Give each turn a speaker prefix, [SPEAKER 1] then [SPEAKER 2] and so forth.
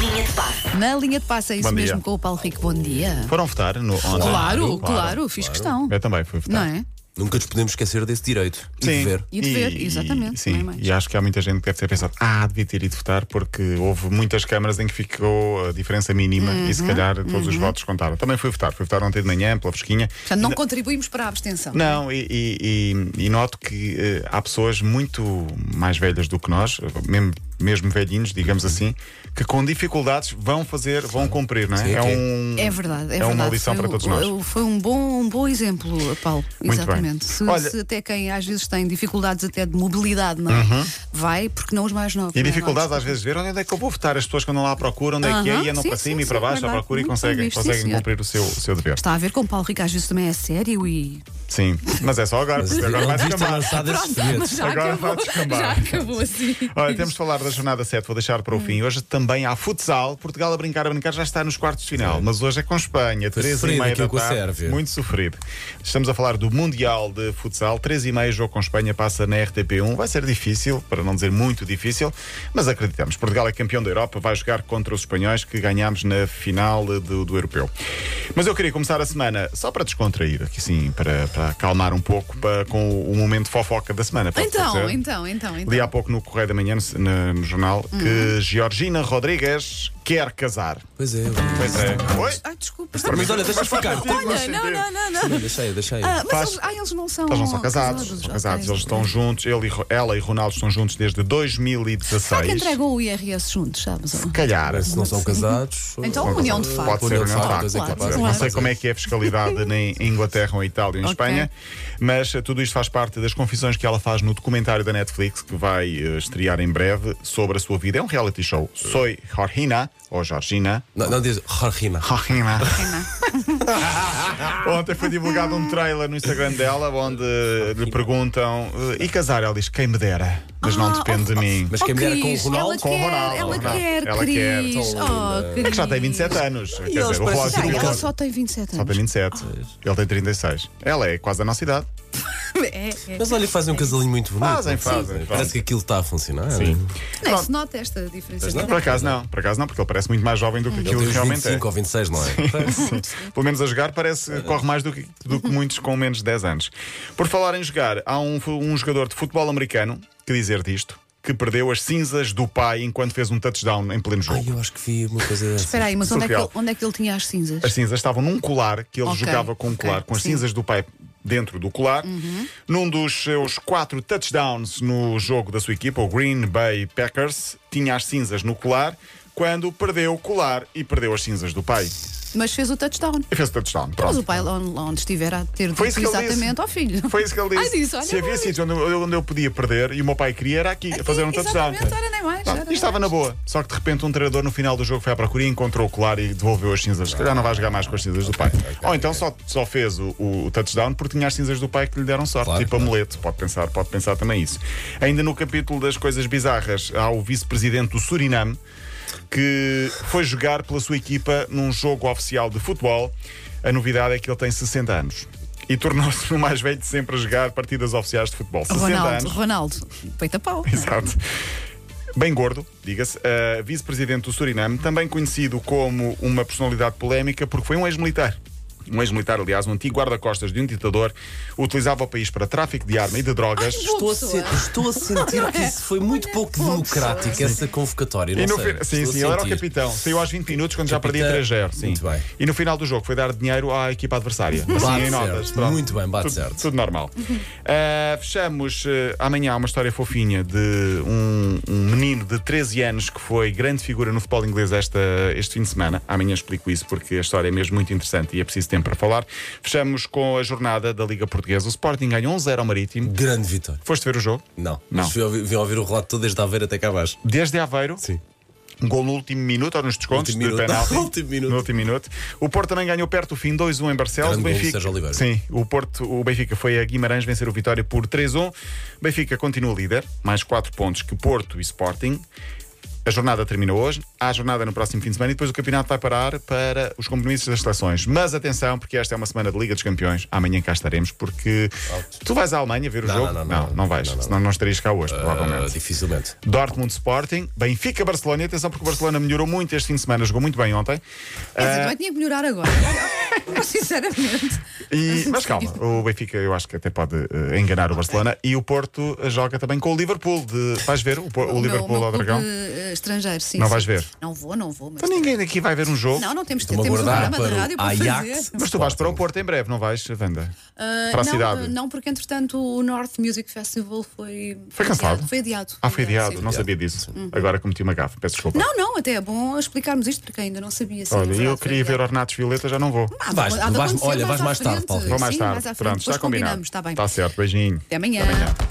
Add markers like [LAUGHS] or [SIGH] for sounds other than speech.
[SPEAKER 1] Linha de passe.
[SPEAKER 2] Na linha de passe, é isso
[SPEAKER 3] Bom dia. Tá.
[SPEAKER 2] mesmo com o Paulo Rico. Bom dia.
[SPEAKER 3] Foram votar no ontem?
[SPEAKER 2] Claro, claro, fiz questão.
[SPEAKER 3] Eu também fui votar.
[SPEAKER 2] Não é?
[SPEAKER 4] Nunca nos podemos esquecer desse direito e
[SPEAKER 3] Sim.
[SPEAKER 4] dever.
[SPEAKER 2] E dever, exatamente,
[SPEAKER 3] Sim,
[SPEAKER 2] não é mais.
[SPEAKER 3] e acho que há muita gente que deve ter pensado: ah, devia ter ido votar, porque houve muitas câmaras em que ficou a diferença mínima e
[SPEAKER 2] Uhum,
[SPEAKER 3] se calhar todos os votos contaram. Também fui votar, fui votar ontem de manhã, pela fresquinha.
[SPEAKER 2] Portanto, não contribuímos para a abstenção.
[SPEAKER 3] Não, e, e- e- e noto que eh, há pessoas muito mais velhas do que nós, mesmo, mesmo velhinhos, digamos assim, que com dificuldades vão fazer, vão cumprir, não é?
[SPEAKER 4] Uhum. Sim,
[SPEAKER 3] é
[SPEAKER 4] sim.
[SPEAKER 3] um.
[SPEAKER 2] É verdade, é,
[SPEAKER 3] É uma
[SPEAKER 2] verdade.
[SPEAKER 3] lição
[SPEAKER 2] Foi
[SPEAKER 3] para
[SPEAKER 2] o-
[SPEAKER 3] todos nós.
[SPEAKER 2] o- Foi um bom, um bom exemplo, Paulo.
[SPEAKER 3] Muito
[SPEAKER 2] Exatamente.
[SPEAKER 3] bem.
[SPEAKER 2] Se,
[SPEAKER 3] Olha-
[SPEAKER 2] se até quem às vezes tem dificuldades até de mobilidade, não é? Vai, porque não os mais novos.
[SPEAKER 3] Uhum. E
[SPEAKER 2] não é?
[SPEAKER 3] dificuldades
[SPEAKER 2] Vai.
[SPEAKER 3] às vezes de ver onde é que eu vou votar. As pessoas que andam lá à procura, onde é que é,
[SPEAKER 2] Aham,
[SPEAKER 3] e andam
[SPEAKER 2] sim,
[SPEAKER 3] para
[SPEAKER 2] sim,
[SPEAKER 3] cima e
[SPEAKER 2] sim, é
[SPEAKER 3] para baixo à
[SPEAKER 2] verdade.
[SPEAKER 3] procura e
[SPEAKER 2] Muito bem
[SPEAKER 3] conseguem,
[SPEAKER 2] visto, sim,
[SPEAKER 3] conseguem
[SPEAKER 2] senhor.
[SPEAKER 3] cumprir o seu, o seu dever.
[SPEAKER 2] Está a ver com o Paulo Rico, às vezes também é sério e.
[SPEAKER 3] Sim, mas é só agora,
[SPEAKER 4] Mas
[SPEAKER 3] porque agora
[SPEAKER 4] não
[SPEAKER 3] vai
[SPEAKER 4] devias ter
[SPEAKER 3] descambar.
[SPEAKER 4] lançado esses foguetes.
[SPEAKER 2] já
[SPEAKER 3] Agora vai
[SPEAKER 2] acabou.
[SPEAKER 3] descambar.
[SPEAKER 2] [LAUGHS] Já acabou assim.
[SPEAKER 3] [LAUGHS] Olha, temos de falar da jornada 7, vou deixar para o fim. Hoje também há futsal. Portugal a brincar, a brincar já está nos quartos de final, mas hoje é com Espanha,
[SPEAKER 4] Foi
[SPEAKER 3] 3 e
[SPEAKER 4] sofrido
[SPEAKER 3] meia da
[SPEAKER 4] aquilo com a
[SPEAKER 3] tarde.
[SPEAKER 4] Sérvia.
[SPEAKER 3] Muito sofrido. Estamos a falar do Mundial de Futsal, 3 e meia, jogo com Espanha, passa na RTP1. Vai ser difícil, para não dizer muito difícil, mas acreditamos. Portugal é campeão da Europa, vai jogar contra os espanhóis que ganhámos na final do, do Europeu. Mas eu queria começar a semana só para descontrair, aqui sim, para, para acalmar um pouco para, com o, o momento de fofoca da semana. pode- pode
[SPEAKER 2] Então,
[SPEAKER 3] ser?
[SPEAKER 2] então, então, então.
[SPEAKER 3] Li há pouco no Correio da Manhã, no, na- no jornal,
[SPEAKER 2] Uhum.
[SPEAKER 3] que Georgina Rodrigues quer casar.
[SPEAKER 4] Pois é.
[SPEAKER 3] Pois é. Oi?
[SPEAKER 2] Ai, desculpa.
[SPEAKER 4] Mas olha, deixa-me ficar.
[SPEAKER 3] é
[SPEAKER 2] Olha, não, não, não, não.
[SPEAKER 4] Deixei, deixei.
[SPEAKER 2] Ah, mas
[SPEAKER 3] Faz-
[SPEAKER 2] eles, ah, eles não são.
[SPEAKER 3] Eles não são casados, são
[SPEAKER 2] ok.
[SPEAKER 3] casados. Eles estão juntos, ele e Ro- ela e Ronaldo estão juntos desde 2016.
[SPEAKER 2] Será é que entregam o IRS juntos, sabes?
[SPEAKER 3] Se calhar.
[SPEAKER 4] Mas se não são casados.
[SPEAKER 2] Então, união de facto.
[SPEAKER 3] Pode ser,
[SPEAKER 4] União
[SPEAKER 3] união
[SPEAKER 4] de facto,
[SPEAKER 3] de facto.
[SPEAKER 2] é capaz.
[SPEAKER 3] Não
[SPEAKER 2] Claro.
[SPEAKER 3] sei como é que é a
[SPEAKER 2] [LAUGHS]
[SPEAKER 3] fiscalidade nem em Inglaterra, ou em Itália, ou em
[SPEAKER 2] Ok.
[SPEAKER 3] Espanha, mas eh, tudo isto faz parte das confissões que ela faz no documentário da Netflix, que vai eh, estrear em breve, sobre a sua vida. É um reality show.
[SPEAKER 4] Eh.
[SPEAKER 3] Soy Jorgina, ou Jorgina,
[SPEAKER 4] Não, não diz Jorgina.
[SPEAKER 3] [LAUGHS] Corrina. Ontem foi divulgado um trailer no Instagram dela onde lhe perguntam eh, e casar? Ela diz: quem me dera, mas não
[SPEAKER 2] Ah,
[SPEAKER 3] depende de mim.
[SPEAKER 4] Mas quem me dera com o Ronaldo.
[SPEAKER 3] Com o Ronaldo,
[SPEAKER 2] Ela
[SPEAKER 3] Ronaldo.
[SPEAKER 2] quer,
[SPEAKER 3] Ela quer.
[SPEAKER 2] Cris.
[SPEAKER 4] Tão
[SPEAKER 2] Oh,
[SPEAKER 4] linda.
[SPEAKER 2] Cris.
[SPEAKER 3] É que já tem 27 anos. Quer
[SPEAKER 4] eles Ah,
[SPEAKER 3] dizer, o
[SPEAKER 4] parecem
[SPEAKER 3] relógio
[SPEAKER 2] Já,
[SPEAKER 3] do
[SPEAKER 2] ela
[SPEAKER 3] relógio
[SPEAKER 2] só tem 27
[SPEAKER 3] só
[SPEAKER 2] anos.
[SPEAKER 3] tem 27. Ele tem 36. Ela é quase a nossa idade.
[SPEAKER 2] É, é.
[SPEAKER 4] Mas olha, fazem um casalinho muito bonito.
[SPEAKER 3] Fazem,
[SPEAKER 4] Sim.
[SPEAKER 3] fazem, fazem.
[SPEAKER 4] Parece que aquilo está a funcionar.
[SPEAKER 2] Não se nota esta diferença. de
[SPEAKER 4] não?
[SPEAKER 2] idade.
[SPEAKER 3] Por acaso não, é por acaso não, porque ele parece muito mais jovem do que
[SPEAKER 4] Ele
[SPEAKER 3] aquilo
[SPEAKER 4] tem
[SPEAKER 3] que
[SPEAKER 4] uns
[SPEAKER 3] realmente é.
[SPEAKER 4] 25 ou 26, não é?
[SPEAKER 3] Pelo menos a jogar parece que corre mais do que, do que muitos com menos de 10 anos. Por falar em jogar, há um, fu- um jogador de futebol americano, que dizer disto, que perdeu as cinzas do pai enquanto fez um touchdown em pleno
[SPEAKER 4] Ai,
[SPEAKER 3] jogo.
[SPEAKER 4] eu acho que vi uma coisa dessa.
[SPEAKER 2] Espera aí, mas onde é, que ele,
[SPEAKER 3] Surreal.
[SPEAKER 2] onde é que ele tinha as cinzas?
[SPEAKER 3] As cinzas estavam num colar que ele
[SPEAKER 2] Ok,
[SPEAKER 3] jogava com um
[SPEAKER 2] ok,
[SPEAKER 3] colar, com as
[SPEAKER 2] sim. Uhum.
[SPEAKER 3] cinzas do pai dentro do colar. Num dos seus quatro touchdowns no jogo da sua equipa, o Green Bay Packers, tinha as cinzas no colar quando perdeu o colar e perdeu as cinzas do pai.
[SPEAKER 2] Mas fez o touchdown.
[SPEAKER 3] E fez o touchdown.
[SPEAKER 2] Mas
[SPEAKER 3] Pronto.
[SPEAKER 2] o pai, lá onde, lá onde estiver, a ter
[SPEAKER 3] Foi
[SPEAKER 2] dito
[SPEAKER 3] isso que ele
[SPEAKER 2] exatamente
[SPEAKER 3] disse.
[SPEAKER 2] ao filho.
[SPEAKER 3] Foi isso que ele disse.
[SPEAKER 2] Ai, disse, olha,
[SPEAKER 3] Se havia
[SPEAKER 2] olha.
[SPEAKER 3] sítios onde, eu- onde eu podia perder e o meu pai queria era aqui, a fazer um touchdown.
[SPEAKER 2] Exatamente, ora nem mais.
[SPEAKER 3] Pá,
[SPEAKER 2] ora
[SPEAKER 3] E
[SPEAKER 2] nem
[SPEAKER 3] estava na
[SPEAKER 2] mais.
[SPEAKER 3] boa. Só que de repente um treinador no final do jogo foi à procura e encontrou o colar e devolveu as cinzas. Se calhar não vai jogar mais com as cinzas do pai. Ou então só, só fez o, o touchdown porque tinha as cinzas do pai que lhe deram sorte.
[SPEAKER 4] Claro,
[SPEAKER 3] tipo
[SPEAKER 4] claro.
[SPEAKER 3] amuleto. Pode pensar, pode pensar também isso. Ainda no capítulo das coisas bizarras, há o vice-presidente do Suriname que foi jogar pela sua equipa num jogo oficial de futebol. A novidade é que ele tem 60 anos. E tornou-se [LAUGHS] o mais velho de sempre a jogar partidas oficiais de futebol. 60
[SPEAKER 2] Ronaldo,
[SPEAKER 3] anos.
[SPEAKER 2] Ronaldo, peita pau.
[SPEAKER 3] [LAUGHS] Exato. Bem gordo, diga-se, uh, vice-presidente do Suriname, também conhecido como uma personalidade polémica porque foi um ex-militar. Um ex-militar, aliás, um antigo guarda-costas de um ditador, utilizava o país para tráfico de arma e de drogas.
[SPEAKER 4] Estou a, se- estou a sentir que isso foi muito pouco democrático, essa convocatória. Não
[SPEAKER 3] E no
[SPEAKER 4] sei.
[SPEAKER 3] fin-
[SPEAKER 4] Estou
[SPEAKER 3] Sim,
[SPEAKER 4] a
[SPEAKER 3] sim, ele era o
[SPEAKER 4] sentir.
[SPEAKER 3] capitão. Saiu aos 20 minutos quando já perdia
[SPEAKER 4] Capitão.
[SPEAKER 3] 3-0. Sim.
[SPEAKER 4] Muito bem.
[SPEAKER 3] E no final do jogo foi dar dinheiro à equipa adversária. Assim, em
[SPEAKER 4] certo.
[SPEAKER 3] notas. pronto.
[SPEAKER 4] Muito bem, bate
[SPEAKER 3] tudo,
[SPEAKER 4] certo.
[SPEAKER 3] Tudo
[SPEAKER 4] [LAUGHS]
[SPEAKER 3] normal. Ah, fechamos ah, amanhã uma história fofinha de um, um menino de 13 anos que foi grande figura no futebol inglês esta, este fim de semana. Amanhã explico isso porque a história é mesmo muito interessante e é preciso tempo para falar. Fechamos com a jornada da Liga Portuguesa. O Sporting ganhou 1-0 ao Marítimo.
[SPEAKER 4] Grande vitória.
[SPEAKER 3] Foste ver o jogo?
[SPEAKER 4] Não,
[SPEAKER 3] Não.
[SPEAKER 4] mas vim ouvir, vim ouvir o relato todo desde a Aveira até cá abaixo.
[SPEAKER 3] Desde Aveiro.
[SPEAKER 4] Sim.
[SPEAKER 3] Um gol no último minuto ou nos descontos
[SPEAKER 4] Último
[SPEAKER 3] de
[SPEAKER 4] minuto. [LAUGHS]
[SPEAKER 3] penalti.
[SPEAKER 4] No último minuto.
[SPEAKER 3] No último minuto. O Porto também ganhou perto do fim 2-1 em Barcelos.
[SPEAKER 4] Grande gol do
[SPEAKER 3] o Benfica.
[SPEAKER 4] Sérgio Oliveira.
[SPEAKER 3] Sim, o Porto, o Benfica foi a Guimarães vencer o Vitória um. por 3-1. Benfica continua líder, mais 4 pontos que Porto e Sporting. A jornada termina hoje, há a jornada no próximo fim de semana e depois o campeonato vai parar para os compromissos das seleções. Mas atenção, porque esta é uma semana de Liga dos Campeões, amanhã cá estaremos, porque tu vais à Alemanha ver o
[SPEAKER 4] Não,
[SPEAKER 3] jogo?
[SPEAKER 4] não, não, não.
[SPEAKER 3] vais,
[SPEAKER 4] Não, não,
[SPEAKER 3] senão não estarias cá hoje,
[SPEAKER 4] Ah,
[SPEAKER 3] provavelmente.
[SPEAKER 4] dificilmente.
[SPEAKER 3] Dortmund Sporting, Benfica Barcelona, e atenção porque o Barcelona melhorou muito este fim de semana, jogou muito bem ontem.
[SPEAKER 2] Quer dizer, também tinha que melhorar
[SPEAKER 3] [LAUGHS]
[SPEAKER 2] agora. Mas sinceramente.
[SPEAKER 3] E- mas calma, o Benfica eu acho que até pode eh, enganar o Barcelona e o Porto eh, joga também com o Liverpool. De, vais ver o, Por- o
[SPEAKER 2] meu-
[SPEAKER 3] Liverpool
[SPEAKER 2] meu
[SPEAKER 3] ao
[SPEAKER 2] clube,
[SPEAKER 3] Dragão?
[SPEAKER 2] eh, Estrangeiro, sim.
[SPEAKER 3] Não
[SPEAKER 2] sim.
[SPEAKER 3] vais ver?
[SPEAKER 2] Não vou, não vou. Mas...
[SPEAKER 3] Então ninguém daqui vai ver um jogo.
[SPEAKER 2] Não, não temos que
[SPEAKER 4] Estou-me a
[SPEAKER 2] temos um
[SPEAKER 4] guardar
[SPEAKER 2] programa de
[SPEAKER 4] para
[SPEAKER 2] rádio
[SPEAKER 4] o
[SPEAKER 2] para
[SPEAKER 4] Ajax.
[SPEAKER 2] fazer.
[SPEAKER 3] Mas tu vais para o Porto em breve, não vais, Wanda?
[SPEAKER 2] Ah,
[SPEAKER 3] para a
[SPEAKER 2] não,
[SPEAKER 3] cidade.
[SPEAKER 2] ah, Não, porque entretanto o North Music Festival foi.
[SPEAKER 3] Foi cancelado?
[SPEAKER 2] Foi adiado.
[SPEAKER 3] Ah, foi adiado,
[SPEAKER 2] sim. Uhum.
[SPEAKER 3] não sabia disso. Agora cometi uma gafe, peço desculpa.
[SPEAKER 2] Não, não, até é bom explicarmos isto para quem ainda não sabia. sim,
[SPEAKER 3] Olha,
[SPEAKER 2] é verdade,
[SPEAKER 3] eu queria
[SPEAKER 2] foi
[SPEAKER 3] ver
[SPEAKER 2] adiado.
[SPEAKER 3] Ornatos Violeta, já não vou.
[SPEAKER 2] Ah,
[SPEAKER 4] Vais,
[SPEAKER 2] há de
[SPEAKER 4] vais-
[SPEAKER 2] acontecer
[SPEAKER 4] olha, vais
[SPEAKER 2] à
[SPEAKER 4] mais tarde,
[SPEAKER 2] frente.
[SPEAKER 4] Paulo Rico.
[SPEAKER 3] Vou mais
[SPEAKER 2] Sim,
[SPEAKER 3] tarde.
[SPEAKER 2] mais à frente.
[SPEAKER 3] Pronto,
[SPEAKER 2] Depois
[SPEAKER 3] está combinado. Tá
[SPEAKER 2] combinamos, está bem.
[SPEAKER 3] certo, beijinho.
[SPEAKER 2] Até amanhã.
[SPEAKER 3] Até amanhã.